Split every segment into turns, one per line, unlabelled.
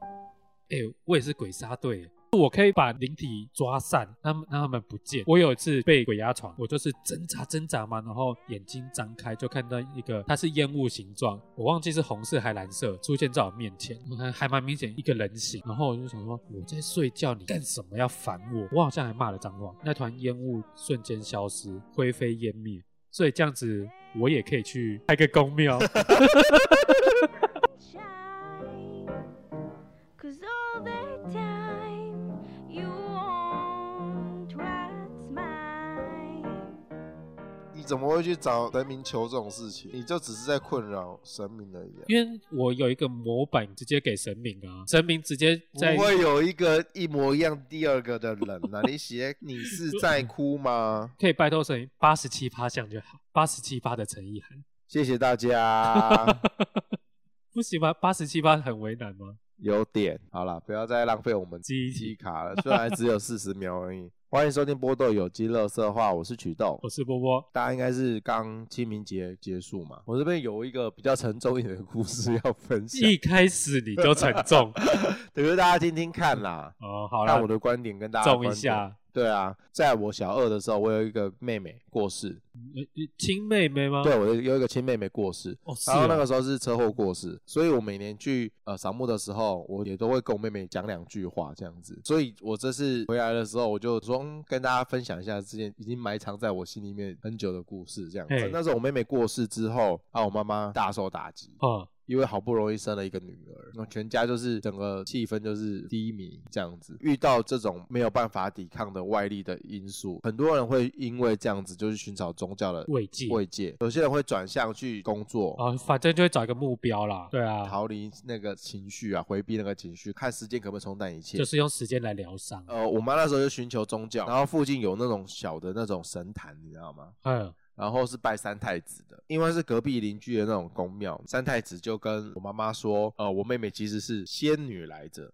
哎、我也是鬼杀队，我可以把灵体抓散，让让他们不见。我有一次被鬼压床，我就是挣扎挣扎嘛，然后眼睛张开就看到一个，它是烟雾形状，我忘记是红色还蓝色，出现在我面前，还还蛮明显一个人形。然后我就想说，我在睡觉，你干什么要烦我？我好像还骂了脏话。那团烟雾瞬间消失，灰飞烟灭。所以这样子，我也可以去开个公庙。
Cause all the time you want what's mine.
你怎么会去找神明求这种事情？你就只是在困扰神明而已、啊。
因为我有一个模板，直接给神明啊，神明直接在
不会有一个一模一样第二个的人啊！你写你是在哭吗？
可以拜托神明八十七趴像就好，八十七趴的陈意涵，
谢谢 大家，
不行吗？八十七趴很为难吗？
有点好了，不要再浪费我们
记忆
机
体，
卡了，虽然只有四十秒而已。欢迎收听波豆有机乐色话，我是曲豆
我。是波波，
大家应该是刚清明节结束嘛，我这边有一个比较沉重一点的故事要分享，
一开始你就沉重
等于大家听听看啦。
哦，好
那
啦，
我的观点跟大家
重一
观点
下，
对啊，在我小二的时候，我有一个妹妹过世，
呃亲妹妹吗？
对，我的有一个亲妹妹过世，
哦，是
然后那
哦
个时候是车祸过世，所以我每年去呃扫墓的时候，我也都会跟我妹妹讲两句话这样子。所以我这次回来的时候，我就说、嗯跟大家分享一下之前已经埋藏在我心里面很久的故事这样子
嘿。
那时候我妹妹过世之后，啊，我妈妈大受打击。
哦，
因为好不容易生了一个女儿，那全家就是整个气氛就是低迷这样子。遇到这种没有办法抵抗的外力的因素，很多人会因为这样子就是寻找宗教的
慰藉
慰藉，有些人会转向去工作。
哦，反正就会找一个目标啦，对啊，
逃离那个情绪啊，回避那个情绪，看时间可不可以冲淡一切。
就是用时间来疗伤，
呃，我妈那时候就寻求宗教，然后附近有那种小的那种神坛，你知道吗？
嗯，
然后是拜三太子的，因为是隔壁邻居的那种宫庙，三太子就跟我妈妈说，呃，我妹妹其实是仙女来着。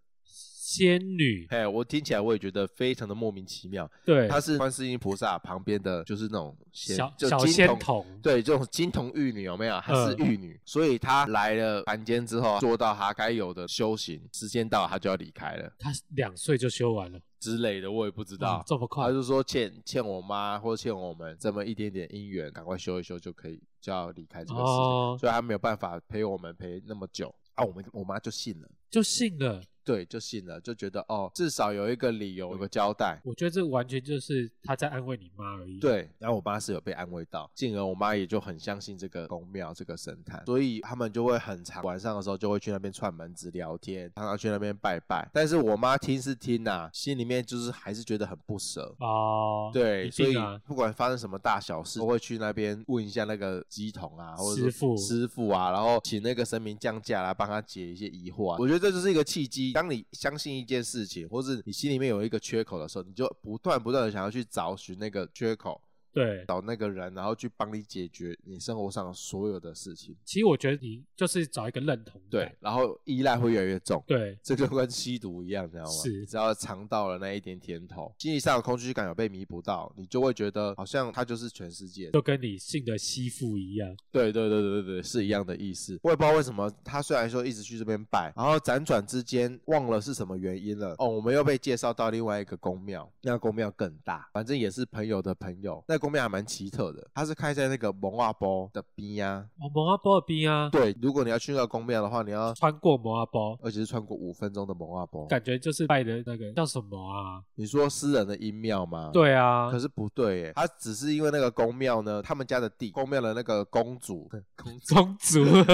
仙女，
嘿，我听起来我也觉得非常的莫名其妙，
对，
她是观世音菩萨旁边的，就是那种仙，
小
就
小
金
仙
童
童，
对，这种金童玉女有没有？她是
嗯
玉女，所以她来了凡间之后，做到她该有的修行，时间到了她就要离开了
她两岁就修完了，
之类的，我也不知
哇
道。
这么快
她，就说欠欠我妈或欠我们这么一点点姻缘，赶快修一修就可以，就要离开这个世界，
哦
所以她没有办法陪我们陪那么久啊。我们我妈就信了。
就信了。
对，就信了，就觉得哦，至少有一个理由，有个交代。
我觉得这完全就是他在安慰你妈而已。，
对，然后我妈是有被安慰到，进而我妈也就很相信这个宫庙这个神坛，所以他们就会很常晚上的时候就会去那边串门子聊天，常常去那边拜拜。但是我妈听是听呐、心里面就是还是觉得很不舍。
哦，
对，
一
所以
定啊，
不管发生什么大小事，都会去那边问一下那个鸡童啊，或者
师
说
傅
师傅啊，然后请那个神明降价来帮他解一些疑惑、啊。我觉得这就是一个契机。当你相信一件事情，或是你心里面有一个缺口的时候，你就不断不断的想要去找寻那个缺口，
对。
找那个人，然后去帮你解决你生活上所有的事情。
其实我觉得你就是找一个认同
对
感，，
然后依赖会越来越重。
对，
这就跟吸毒一样，你知道吗？
是
你只要尝到了那一点甜头，心理上的空虚感有被弥补到，你就会觉得好像它就是全世界。
就跟你信的吸附一样。
对对对对对对，是一样的意思。我也不知道为什么，他虽然说一直去这边拜，然后辗转之间忘了是什么原因了。哦，我们又被介绍到另外一个宫庙，那个宫庙更大，反正也是朋友的朋友。那个宫庙还蛮奇特的，它是开在那个蒙瓦波的边啊。
哦，蒙阿波尔冰啊，
对，啊如果你要去那个宫庙的话，你要
穿过蒙阿波，
而且是穿过五分钟的蒙瓦波。
感觉就是拜的那个叫什么啊？
你说私人的阴庙吗？。
对啊
可，是不对耶，他只是因为那个宫庙呢，他们家的地，宫庙的那个公主，公主，
公主，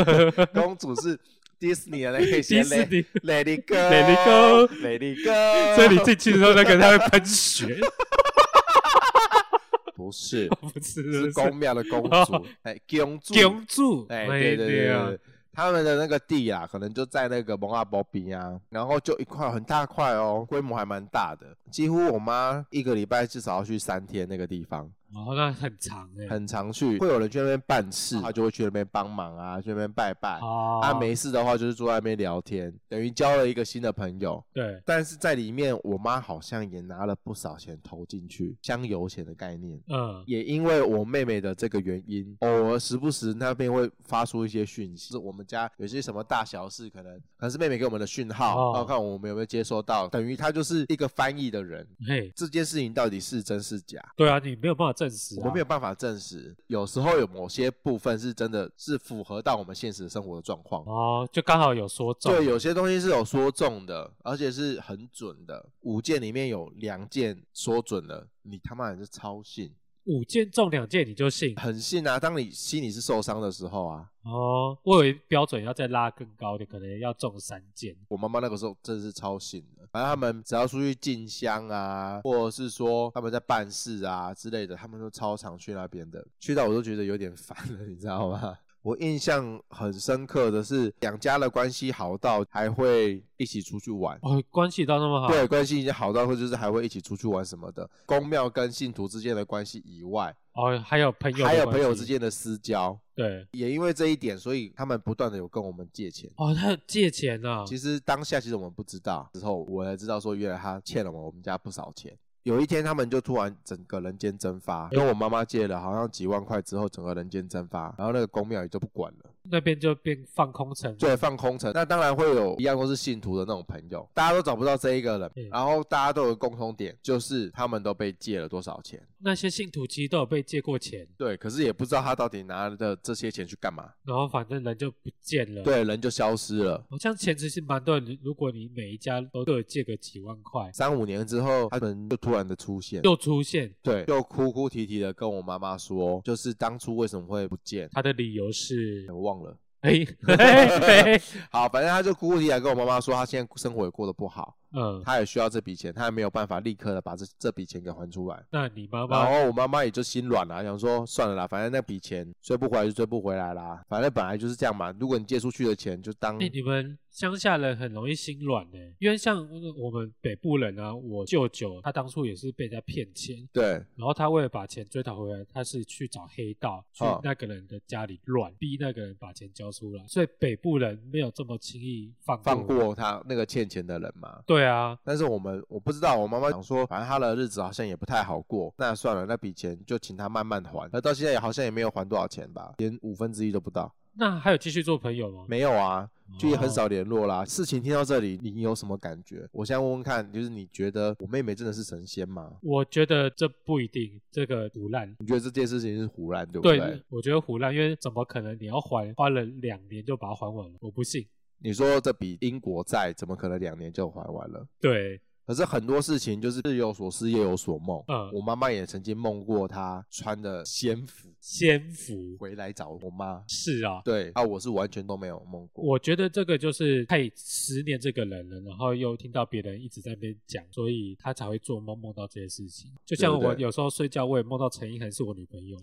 公主是迪士尼的那个
迪
些
士
嘞。
尼。
Let it go,
Let it go
let it go。
所以你进去的时候，那个他会喷血，
不是，
不是
是公
公
庙的公主
哦，
哎，公主，
公主，
哎，对对对对
啊
对，他们的那个地啊，可能就在那个蒙阿波比啊，然后就一块很大块哦，规模还蛮大的，几乎我妈一个礼拜至少要去三天那个地方，
哦，那很长哎、
很常去，会有人去那边办事，他就会去那边帮忙啊，去那边拜拜。
哦，
他、没事的话，就是坐在那边聊天，等于交了一个新的朋友。
对，
但是在里面，我妈好像也拿了不少钱投进去，香油钱的概念。
嗯，
也因为我妹妹的这个原因，偶尔时不时那边会发出一些讯息，是我们家有些什么大小事，可能可能是妹妹给我们的讯号，
哦
然后看我们有没有接收到，等于她就是一个翻译的人。
嘿，
这件事情到底是真是假，
对啊，你没有办法证实、啊，
我们没有办法证实。有时候有某些部分是真的是符合到我们现实生活的状况。
哦，就刚好有说中，
对，有些东西是有说中的，而且是很准的。五件里面有两件说准了，你他妈也是超信，
五件中两件你就信
很信啊！当你心里是受伤的时候啊，
哦，我以为标准要再拉更高的，可能要中三件，
我妈妈那个时候真的是超信的。反正他们只要出去进香啊，或者是说他们在办事啊之类的，他们都超常去那边的。去到我都觉得有点烦了，你知道吗？ 我印象很深刻的是，两家的关系好到还会一起出去玩。
哦，关系到那么好，
对，关系已经好到会就是还会一起出去玩什么的。公庙跟信徒之间的关系以外，
哦，还有朋友的
还有
关
朋友
系
之，间的私交，
对，
也因为这一点，所以他们不断的有跟我们借钱。
哦，他有借钱啊，
其实当下其实我们不知道，之后我才知道说原来他欠了我们家不少钱。有一天他们就突然整个人间蒸发，因为我妈妈借了好像几万块之后，整个人间蒸发，然后那个公庙也就不管了，
那边就变放空城，
就放空城。那当然会有一样都是信徒的那种朋友，大家都找不到这一个
嗯
人，然后大家都有共通点，就是他们都被借了多少钱。
那些信徒其实都有被借过钱，
对，可是也不知道他到底拿的这些钱去干嘛，
然后反正人就不见了，。
对，人就消失了。
好像前提是蛮多人，如果你每一家都各借个几万块，
三五年之后，他们就突然的出现，
又出现
对，就哭哭啼啼的跟我妈妈说，就是当初为什么会不见，
他的理由是，
我忘了。
哎， 嘿嘿
好，反正他就哭哭啼啼地跟我妈妈说，他现在生活也过得不好，
嗯，
他也需要这笔钱，他也没有办法立刻的把这这笔钱给还出来。
那你妈
然
妈
后我妈妈也就心软了，想说算了啦，反正那笔钱追不回来就追不回来啦，反正本来就是这样嘛。如果你借出去的钱就当
哎、你们乡下人很容易心软呢、因为像我们北部人啊，我舅舅他当初也是被人家骗钱，
对
然后他为了把钱追讨回来，他是去找黑道，去
哦
那个人的家里乱逼那个人把钱交出来，所以北部人没有这么轻易放
放。过他那个欠钱的人嘛。
对啊，
但是我们我不知道，我妈妈想说，反正她的日子好像也不太好过，那算了，那笔钱就请她慢慢还。那到现在也好像也没有还多少钱吧，连五分之一都不到。
那还有继续做朋友吗？
没有啊，就也很
哦
少联络啦。事情听到这里，你有什么感觉？我现在问问看，就是你觉得我妹妹真的是神仙吗？
我觉得这不一定，这个胡烂。
你觉得这件事情是胡乱，对不
对，我觉得胡烂，因为怎么可能你要还花了两年就把它还完了？我不信。
你说这笔英国债怎么可能两年就还完了？
对，
可是很多事情就是日有所思，夜有所梦。
嗯
我妈妈也曾经梦过她穿的仙服
先服
回来找我妈，
是啊，
对啊，我是完全都没有梦过。
我觉得这个就是太思念这个人了，然后又听到别人一直在那边讲，所以他才会做梦梦到这些事情。就像
对对
我
对
有时候睡觉，我也梦到陈意涵是我女朋友，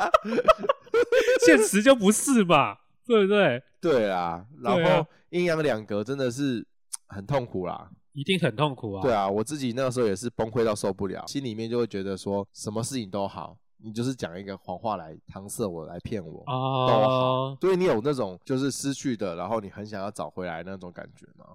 现实就不是嘛，对不对？
对啊，然
对啊
后阴阳两隔真的是很痛苦啦。
一定很痛苦啊。
对，啊，我自己那个时候也是崩溃到受不了，心里面就会觉得说什么事情都好，你就是讲一个谎话来搪塞我，来骗我。
哦，
所以你有那种就是失去的，然后你很想要找回来那种感觉吗？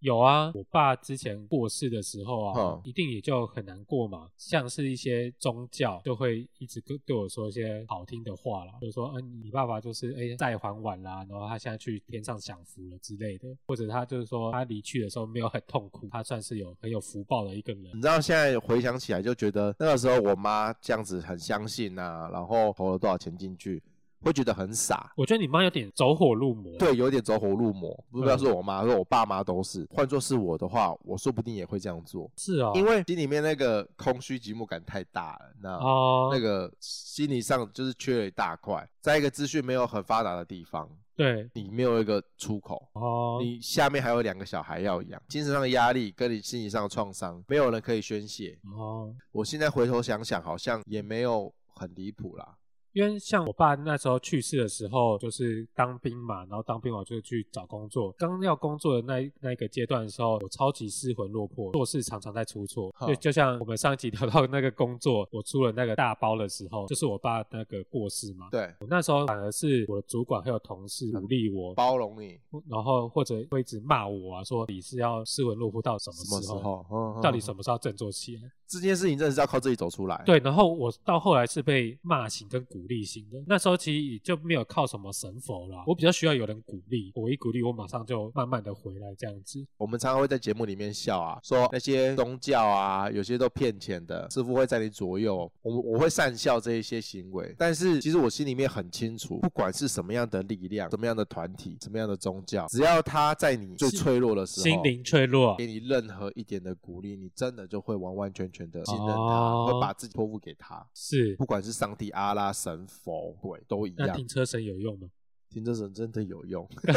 有啊，我爸之前过世的时候啊，
嗯
一定也就很难过嘛。像是一些宗教就会一直跟对我说一些好听的话啦，就说，嗯、你爸爸就是哎债还完啦，然后他现在去天上享福了之类的，或者他就是说他离去的时候没有很痛苦，他算是有很有福报的一个人
你。知道现在回想起来就觉得那个时候我妈这样子很相信啊，然后投了多少钱进去，会觉得很傻。
我觉得你妈有点走火入魔，，
对，有点走火入魔。不要说我妈，说我爸妈都是。换做是我的话，我说不定也会这样做，
是哦，
因为心里面那个空虚寂寞感太大了，那、
哦，
那个心理上就是缺了一大块。在一个资讯没有很发达的地方，
对，
你没有一个出口，
哦，
你下面还有两个小孩要养，精神上的压力跟你心理上的创伤，没有人可以宣泄。
哦，
我现在回头想想，好像也没有很离谱啦。
因为像我爸那时候去世的时候，就是当兵嘛，然后当兵我就去找工作。刚要工作的那一那一个阶段的时候，我超级失魂落魄，做事常常在出错。
哈
就就像我们上一集聊到那个工作，我出了那个大包的时候，就是我爸那个过世嘛。
对，
我那时候反而是我的主管还有同事鼓励我，
包容你
然后或者会一直骂我啊，说你是要失魂落魄到什么
什么时
时候？
候，嗯嗯
到底
嗯
什么时候振作起来？
这件事情真的是要靠自己走出来。
对，然后我到后来是被骂醒跟鼓励型的。那时候其实也就没有靠什么神佛啦，我比较需要有人鼓励。我一鼓励，我马上就慢慢的回来这样子。
我们常常会在节目里面笑啊，说那些宗教啊，有些都骗钱的，师傅会在你左右。我们我会善笑这一些行为，但是其实我心里面很清楚，不管是什么样的力量、什么样的团体、什么样的宗教，只要他在你最
心
脆弱的时候，
心灵脆弱
给，你任何一点的鼓励，你真的就会完完全全的信任他，
哦
会把自己托付给他。
是
不管是上帝、阿拉、神、佛、鬼都一
那
样
停，车神有用吗？
听这神真的有用。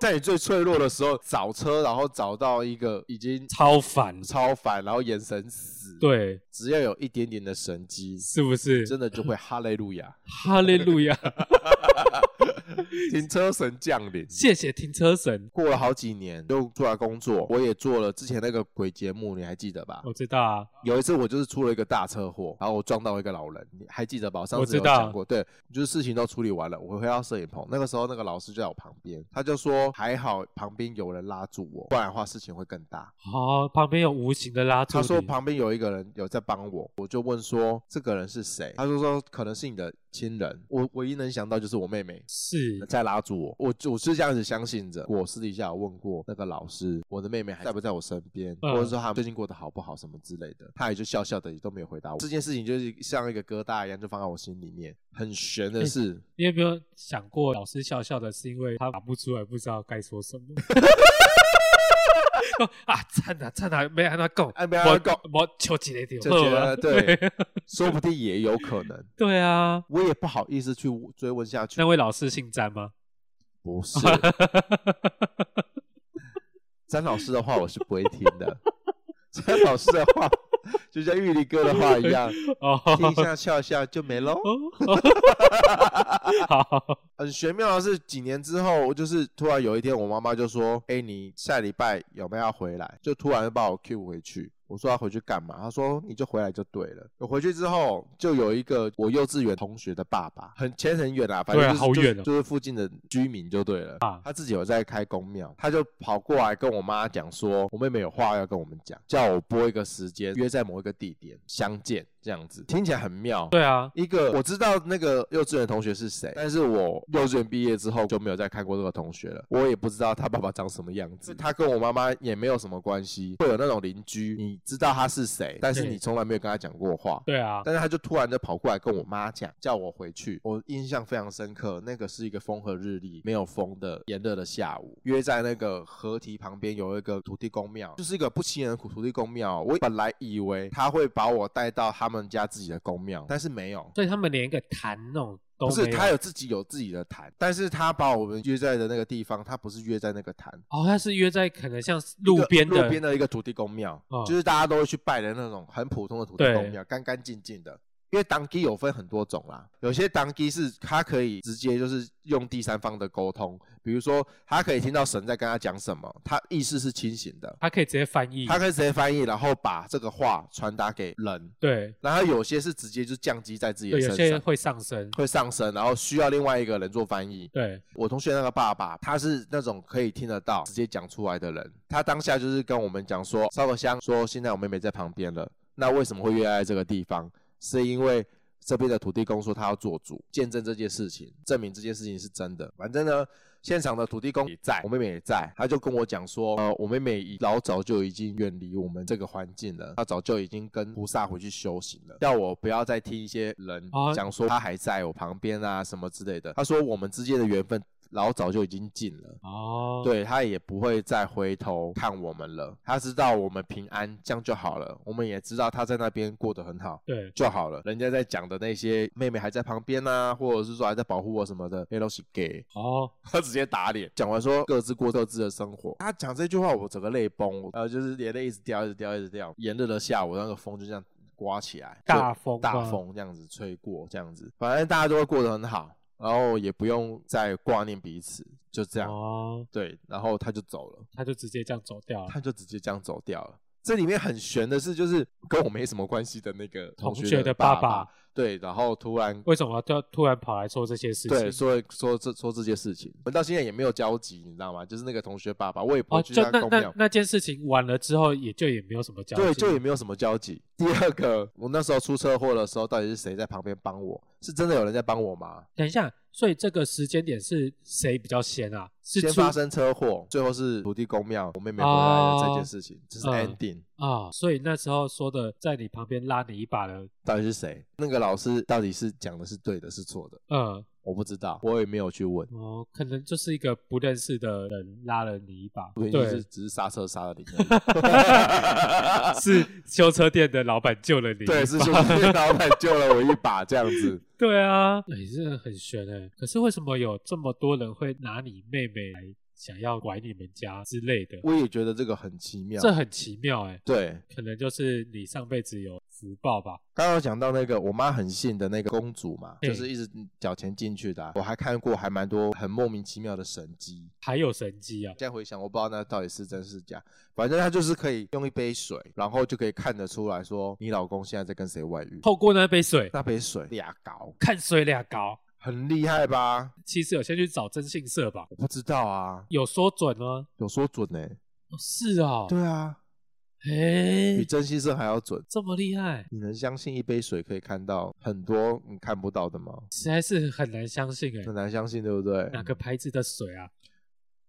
在你最脆弱的时候找车，然后找到一个已经
超烦，
超凡，然后眼神死，，
对，
只要有一点点的神机，
是不是？
真的就会哈利路 亚，
哈利路 亚，
停车神降临。
谢谢停车神。
过了好几年，又出来工作，我也做了之前那个鬼节目，你还记得吧？
我知道啊，
有一次我就是出了一个大车祸，然后我撞到一个老人，你还记得吧？我上
我
次有
知道
讲过，对，就是事情都处理完了，我回到摄影棚，那个时候那个老师就在我旁边，他就说还好旁边有人拉住我，不然的话事情会更大。
哦，旁边有无形的拉住
他
你。
说旁边有一个人有在帮我，我就问说这个人是谁？他就说可能是你的亲人，我唯一能想到就是我妹妹。
是
在拉住我，我我是这样子相信着。我私底下有问过那个老师，我的妹妹还在不在我身边，
嗯
或者说她最近过得好不好什么之类的，她也就笑笑的，也都没有回答我。这件事情就是像一个疙瘩一样，就放在我心里面。很悬的 是，
你有没有想过，老师笑笑的是因为他打不出来，不知道该说什么？ 哦啊，惨啊惨啊，没安那讲，
啊没安怎讲
我我求几个点，，
就觉得对说不定也有可能。
对啊。
我也不好意思去追问下去
那。位老师姓詹吗？
不是詹老师的话，我是不会听的。 詹老师的话，就像玉林哥的话一 样，
哦，
听一下笑笑就没喽。
好，
很玄妙的是，几年之后，就是突然有一天，我妈妈就说：“哎、你下礼拜有没有要回来？”就突然把我 Q 回去。我说要回去干嘛？她说你就回来就对了。我回去之后，就有一个我幼稚园同学的爸爸，很牵很远啊，反正、
对啊
就是、
好远
就
哦
是，就是附近的居民就对了。
啊
他自己有在开公庙，他就跑过来跟我妈讲说，我妹妹有话要跟我们讲，叫我拨一个时间，约在某一个地点相见，这样子听起来很妙。
对啊，
一个我知道那个幼稚园同学是谁，但是我幼稚园毕业之后就没有再看过这个同学了，我也不知道他爸爸长什么样
嗯
子，他跟我妈妈也没有什么关系，会有那种邻居，你知道他是谁，但是
对
你从来没有跟他讲过话。
对啊，
但是他就突然就跑过来跟我妈讲，叫我回去。我印象非常深刻，那个是一个风和日丽、没有风的炎热的下午，约在那个河堤旁边有一个土地公庙，就是一个不起眼的土地公庙。我本来以为他会把我带到他们家自己的公庙，但是没有。
所以他们连一个谈那种都
不是，
没
他有自己有自己的坛，但是他把我们约在的那个地方，他不是约在那个坛，
哦，他是约在可能像路边
路
的
边的一个土地公庙，
嗯
就是大家都会去拜的那种很普通的土地公庙，干干净净的。因为当机有分很多种啦，有些当机是他可以直接就是用第三方的沟通，比如说他可以听到神在跟他讲什么，他意识是清醒的，
他可以直接翻译，
他可以直接翻译，然后把这个话传达给人。
对
然后有些是直接就降级在自己的
对，有
身
些
上，
会上升，
会上升，然后需要另外一个人做翻译。
对，
我同学那个爸爸，他是那种可以听得到、直接讲出来的人。他当下就是跟我们讲说，烧个香，说现在我妹妹在旁边了。那为什么会约在这个地方？是因为这边的土地公说他要做主，见证这件事情，证明这件事情是真的。反正呢，现场的土地公也在，我妹妹也在，他就跟我讲说，呃，我妹妹已老早就已经远离我们这个环境了，她早就已经跟菩萨回去修行了，叫我不要再听一些人
啊
讲说她还在我旁边啊什么之类的。他说我们之间的缘分老早就已经尽了。
哦，
对他也不会再回头看我们了，他知道我们平安，这样就好了。我们也知道他在那边过得很好，
对
就好了。人家在讲的那些妹妹还在旁边啊，或者是说还在保护我什么的，那都是 gay。
哦，
他直接打脸，讲完说各自过各自的生活。他讲这句话，我整个泪崩，呃，就是眼泪一直掉，一直掉，一直掉。炎热的下午，那个风就这样刮起来，
大风啊
大
吗
风这样子吹过，这样子，反正大家都会过得很好，然后也不用再挂念彼此，就这样。
哦，
对，然后他就走了，
他就直接这样走掉了。
他就直接这样走掉了。这里面很悬的是，就是跟我没什么关系的那个
同
学
学
的
的
爸
爸爸
对，然后突然
为什么要突然跑来说这些事情？
对说说这说这些事情，我到现在也没有交集，你知道吗？就是那个同学爸爸，我也不
哦，
会去
就
他
那
公
那
庙，
那件事情完了之后，也就也没有什么交集。
对，就也没有什么交集。第二个，我那时候出车祸的时候，到底是谁在旁边帮我？是真的有人在帮我吗？
等一下，所以这个时间点是谁比较先啊？是
先
出
发生车祸，最后是土地公庙，我妹妹回来了这件事情，这是
嗯
ending。
啊、所以那时候说的在你旁边拉你一把的，
到底是谁？那个老师到底是讲的是对的，是错的？
嗯，
我不知道，我也没有去问，
哦，可能就是一个不认识的人拉了你一把，
对，就
对，
是只是刹车刹了你而已。
是修车店的老板救了你一把，
对，是兄弟老板救了我一把，这样子。
对啊，也是很悬哎。可是为什么有这么多人会拿你妹妹来想要拐你们家之类的？
我也觉得这个很奇妙。
这很奇妙哎，
对，
可能就是你上辈子有福报吧。
刚刚有讲到那个我妈很信的那个公主嘛，
对
就是一直缴钱进去的啊、我还看过还蛮多很莫名其妙的神机。
还有神机啊！
现在回想，我不知道那到底是真是假，反正她就是可以用一杯水，然后就可以看得出来说你老公现在在跟谁外遇。
透过那杯水，
那杯水俩高，
看水俩高。
很厉害吧？
其实有先去找征信社吧，
我不知道啊，
有说准吗？
有说准呢、
哦、是哦，
对啊，
哎、
比真心社还要准。
这么厉害，
你能相信一杯水可以看到很多你看不到的吗？
实在是很难相信哎、
很难相信，对不对？
哪个牌子的水啊？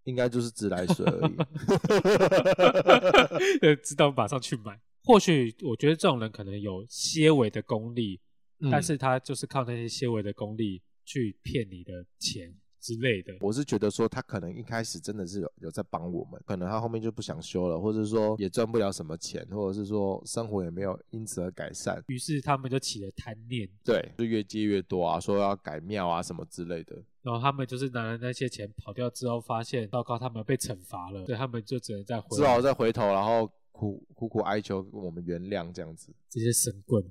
应该就是自来水而已。
呃知道马上去买。或许我觉得这种人可能有些微的功力，
嗯
但是他就是靠那些些微的功力去骗你的钱之类的。
我是觉得说，他可能一开始真的是有有在帮我们，可能他后面就不想修了，或者说也赚不了什么钱，或者是说生活也没有因此而改善，
于是他们就起了贪念，
对，就越借越多啊，说要改庙啊什么之类的。
然后他们就是拿了那些钱跑掉之后，发现糟糕，他们被惩罚了，所以他们就只能再回
只好
来
再回头，然后苦苦苦哀求我们原谅这样子。
这些神棍。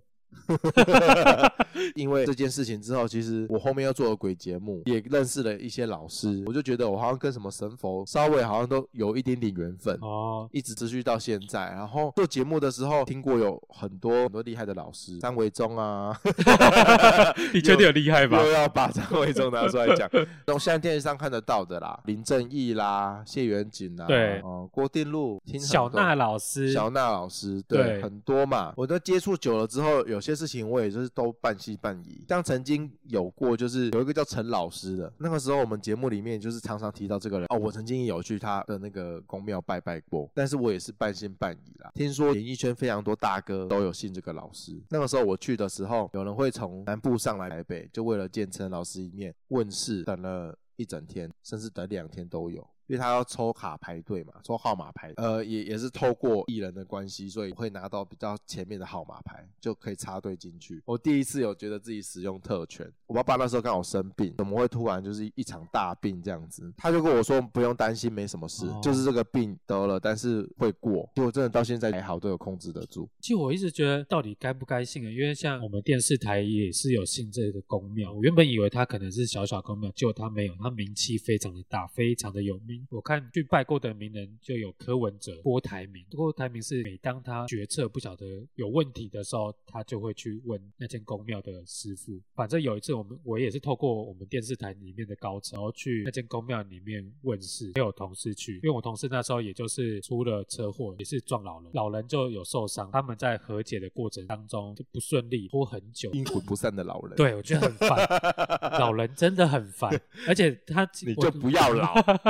因为这件事情之后，其实我后面要做的鬼节目也认识了一些老师，我就觉得我好像跟什么神佛稍微好像都有一点点缘分。
哦，
一直持续到现在，然后做节目的时候，听过有很多很多厉害的老师，张维忠啊，
你觉得有厉害吧？
又要把张维忠拿出来 讲，那种现在电视上看得到的啦，林正义啦，谢元锦啦，
对
哦，郭定路，听很
小
多
娜老师，
小娜老师，对，
对
很多嘛。我都接触久了之后，有些事情我也就是都半信半疑。像曾经有过，就是有一个叫陈老师的，那个时候我们节目里面就是常常提到这个人哦，我曾经有去他的那个宫庙拜拜过，但是我也是半信半疑啦。听说演艺圈非常多大哥都有信这个老师。那个时候我去的时候，有人会从南部上来台北，就为了见陈老师一面，问世等了一整天，甚至等两天都有。因为他要抽卡排队嘛，抽号码牌，呃，也也是透过艺人的关系，所以会拿到比较前面的号码牌，就可以插队进去。我第一次有觉得自己使用特权。我爸爸那时候刚好生病，怎么会突然就是一场大病这样子？他就跟我说不用担心，没什么事，
哦
就是这个病得了，但是会过。结果真的到现在还好，都有控制得住。
其实我一直觉得到底该不该信啊，因为像我们电视台也是有信这个公庙，我原本以为它可能是小小公庙，结果它没有，它名气非常的大，非常的有名。我看去拜过的名人就有柯文哲、郭台铭，郭台铭是每当他决策不晓得有问题的时候，他就会去问那间公庙的师傅。反正有一次我们我也是透过我们电视台里面的高层，然后去那间公庙里面问事，也有同事去，因为我同事那时候也就是出了车祸，也是撞老人，老人就有受伤，他们在和解的过程当中就不顺利，拖很久。
阴魂不散的老人，，
对，我觉得很烦， 老人真的很烦，而且他
你
我
就不要老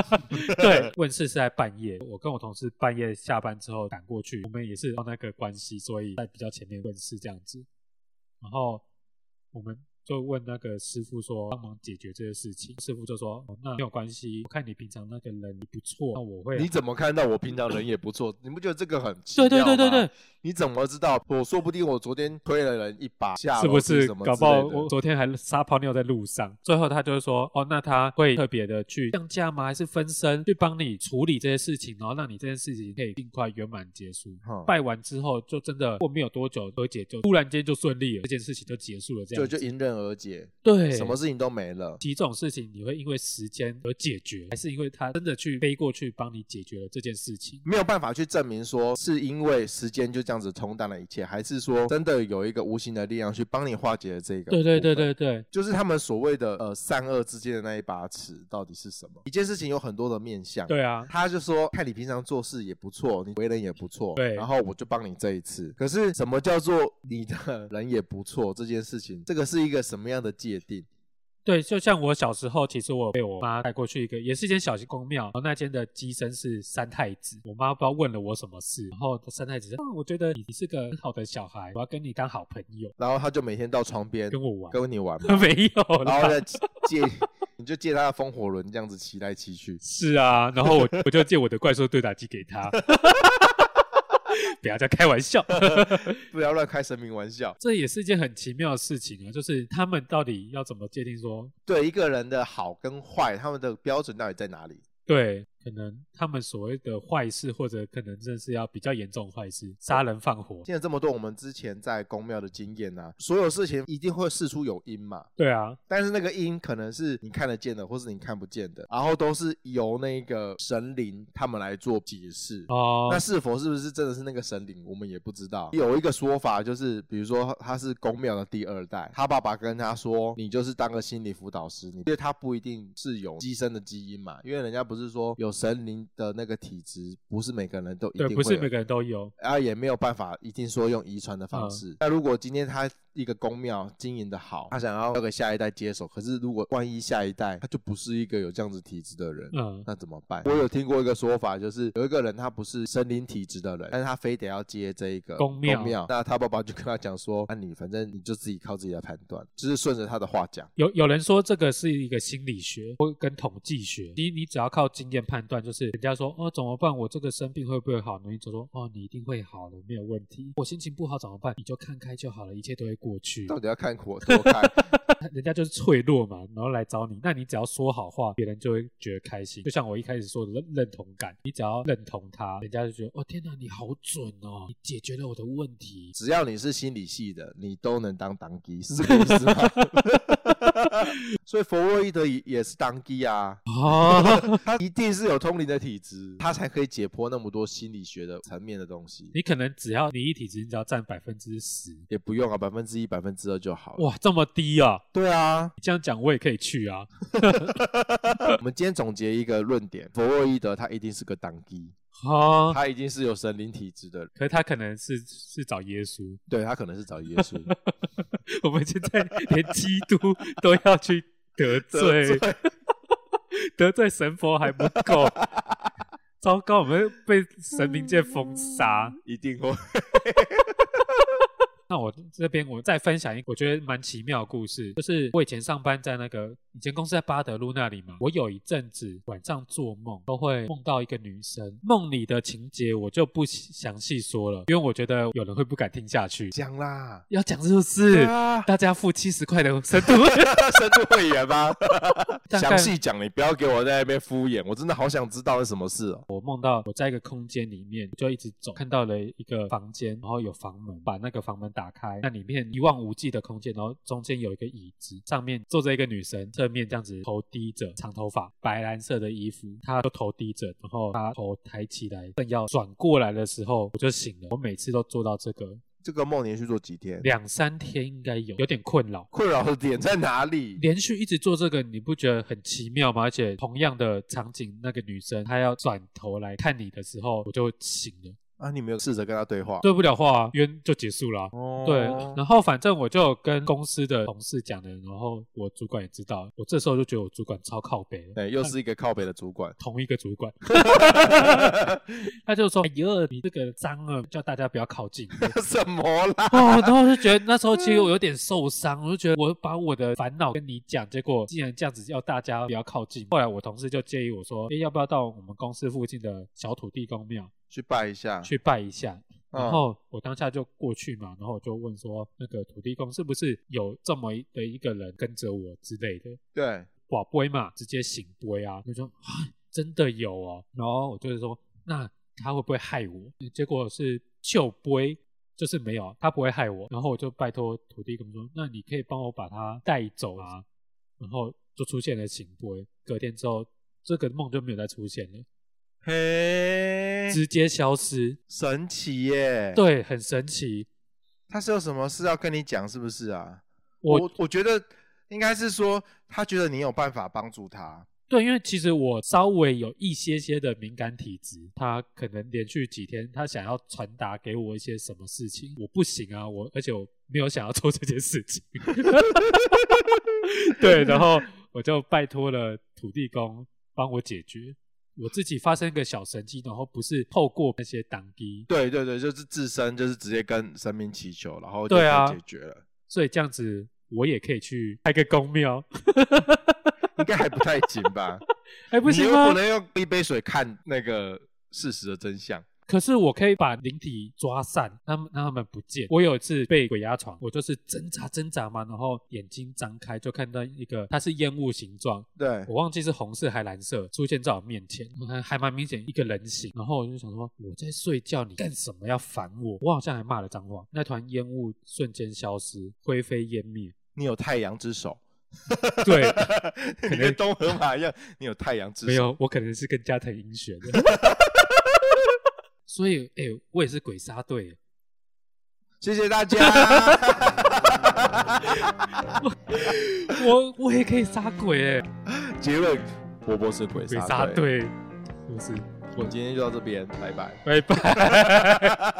对，问世是在半夜，我跟我同事半夜下班之后赶过去，我们也是到那个关系，所以在比较前面问世这样子。然后我们就问那个师傅说帮忙解决这个事情。师傅就说、哦那没有关系，我看你平常那个人不错，那我会啊
你怎么看到我平常人也不 错？你不觉得这个很奇
对对
妙
对对
吗
对，
你怎么知道？我说不定我昨天推了人一把，下
是
楼
不是
什么？
搞不好我昨天还撒泡尿在路上，最后他就是说，哦，那他会特别的去降价吗？还是分身去帮你处理这些事情，然后让你这件事情可以尽快圆满结束？
哼
拜完之后，就真的过没有多久，和解就突然间就顺利了，这件事情就结束了。这
就
样
就
子
迎刃而解，
对
什么事情都没了。
几种事情，你会因为时间而解决，还是因为他真的去飞过去帮你解决了这件事情？
没有办法去证明说是因为时间就这样子冲淡了一切，还是说真的有一个无形的力量去帮你化解了这个？
对对对，对对，
就是他们所谓的呃善恶之间的那一把尺到底是什么？一件事情有很多的面向，
对啊，
他就说看你平常做事也不错，你为人也不错，
对
然后我就帮你这一次。可是什么叫做你的 人也不错这件事情？这个是一个什么样的界定？
对，就像我小时候，其实我被我妈带过去一个，也是一间小型公庙，然后那间的机身是三太子。我妈不知道问了我什么事，然后三太子说、啊我觉得你是个很好的小孩，我要跟你当好朋友，
然后他就每天到床边
跟我玩。
跟你玩 嘛，
没有
然后
啦，
再借 你就借他的风火轮这样子骑来骑去。
是啊，然后我我就借我的怪兽对打机给他， 不要再开玩笑。
不要乱开神明玩笑。
这也是一件很奇妙的事情啊，就是他们到底要怎么界定说，
对一个人的好跟坏，他们的标准到底在哪里？
对，可能他们所谓的坏事，或者可能真的是要比较严重的坏事，杀人放火，
现在这么多我们之前在宫庙的经验啊，所有事情一定会事出有因嘛。
对啊，
但是那个因可能是你看得见的，或是你看不见的，然后都是由那个神灵他们来做解释。
哦，
那是否是不是真的是那个神灵，我们也不知道。有一个说法就是，比如说他是宫庙的第二代，他爸爸跟他说，你就是当个心理辅导师，你因为他不一定是有机身的基因嘛，因为人家不是说有神灵的那个体质，不是每个人都一
对，
定会有啊
不是每个人都有，
然后也没有办法一定说用遗传的方
嗯
式。那、如果今天他一个公庙经营的好，他想要要给下一代接手，可是如果万一下一代他就不是一个有这样子体质的人，
嗯，
那怎么办？我有听过一个说法，就是有一个人他不是森林体质的人，但是他非得要接这一个
公庙
那他爸爸就跟他讲说：“那、你反正你就自己靠自己来判断，就是顺着他的话讲。
有有人说这个是一个心理学或跟统计学，你你只要靠经验判断，就是人家说哦怎么办，我这个生病会不会好呢？你就说哦你一定会好的，没有问题。我心情不好怎么办？你就看开就好了，一切都会过去。
到底要看苦多看，
人家就是脆弱嘛，然后来找你，那你只要说好话，别人就会觉得开心。就像我一开始说的认认同感，你只要认同他，人家就觉得哦天哪，你好准哦，你解决了我的问题。
只要你是心理系的，你都能当当机，是这个意 思吗？所以弗洛伊德也也是当机啊，
哦，
他一定是有通灵的体质，他才可以解剖那么多心理学的层面的东西。
你可能只要你一体质，你只要占百分之十，
也不用啊，百分之一、百分之二就好了。
哇，这么低啊！
对啊，
你这样讲我也可以去啊。
我们今天总结一个论点：弗洛伊德他一定是个党基，
哦，
他一定是有神灵体质的人。
可是他可能是是找耶稣。
对他可能是找耶 稣
我们现在连基督都要去得罪，
得罪
得罪神佛还不够。 糟糕，我们被神明界封杀。
一定会。
那我这边我再分享一个我觉得蛮奇妙的故事，就是我以前上班在那个以前公司在巴德路那里嘛，我有一阵子晚上做梦都会梦到一个女生，梦里的情节我就不详细说了，因为我觉得有人会不敢听下去。
讲啦，
要讲是不是？
对啊，
大家付七十块的深度，
深度会员吧。
大概
详细讲，你不要给我在那边敷衍，我真的好想知道是什么事哦。
我梦到我在一个空间里面，就一直走，看到了一个房间，然后有房门，把那个房门打开，那里面一望无际的空间，然后中间有一个椅子，上面坐着一个女生，侧面这样子头低着，长头发，白蓝色的衣服，她就头低着，然后她头抬起来，正要转过来的时候，我就醒了。我每次都做到这个，
这个梦连续做几天？
两三天应该有，有点困扰。
困扰的点在哪里？
连续一直做这个，你不觉得很奇妙吗？而且同样的场景，那个女生她要转头来看你的时候，我就醒了。
啊，你没有试着跟他对话？
对不了话、啊，冤就结束了啊、
哦
对，然后反正我就有跟公司的同事讲了，然后我主管也知道，我这时候就觉得我主管超靠北的，。
对，又是一个靠北的主管
同一个主管，他就说：“哎呦，你这个脏了，叫大家不要靠近。”
什么啦？
哦，然后我就觉得那时候其实我有点受伤，我就觉得我把我的烦恼跟你讲，结果竟然这样子要大家不要靠近。后来我同事就建议我说，哎诶，要不要到我们公司附近的小土地公庙
去拜一下。
去拜一下？
嗯
然后我当下就过去嘛，然后我就问说，那个土地公是不是有这么一的一个人跟着我之类的？
对，
宝杯嘛，直接醒杯啊，我就说啊真的有哦，然后我就是说那他会不会害我？结果是旧杯，就是没有，他不会害我，然后我就拜托土地公说，那你可以帮我把他带走啊，然后就出现了醒杯，隔天之后这个梦就没有再出现了，
嘿，
直接消失，
神奇耶！，
对，很神奇，
他是有什么事要跟你讲，是不是啊？
我
我我觉得应该是说，他觉得你有办法帮助他。
对，因为其实我稍微有一些些的敏感体质，他可能连续几天，他想要传达给我一些什么事情，我不行啊，我而且我没有想要做这件事情， 对，然后我就拜托了土地公帮我解决，我自己发生一个小神机，然后不是透过那些挡机，
对对对，就是自身就是直接跟神明祈求，然后就
对啊
可以解决了，
所以这样子我也可以去开个公庙，
应该还不太行吧？
哎， 不行
你又
吗
不？能用一杯水看那个事实的真相。
可是我可以把灵体抓散，让让他们不见。我有一次被鬼压床，我就是挣扎挣扎嘛，然后眼睛张开就看到一个，它是烟雾形状，
对，
我忘记是红色还蓝色，出现在我面前，还还蛮明显一个人形。然后我就想说，我在睡觉，你干什么要烦我？我好像还骂了脏话。那团烟雾瞬间消失，灰飞烟灭。
你有太阳 之手，
对，
你跟东河马一样，你有太阳之手。
没有，我可能是跟加藤鹰学的。所以，哎、我也是鬼杀队。
谢谢大家。
我我也可以杀鬼哎、
结论：波波是鬼
鬼
杀
杀
队。
队，就是
我今天就到这边，拜拜。
拜拜。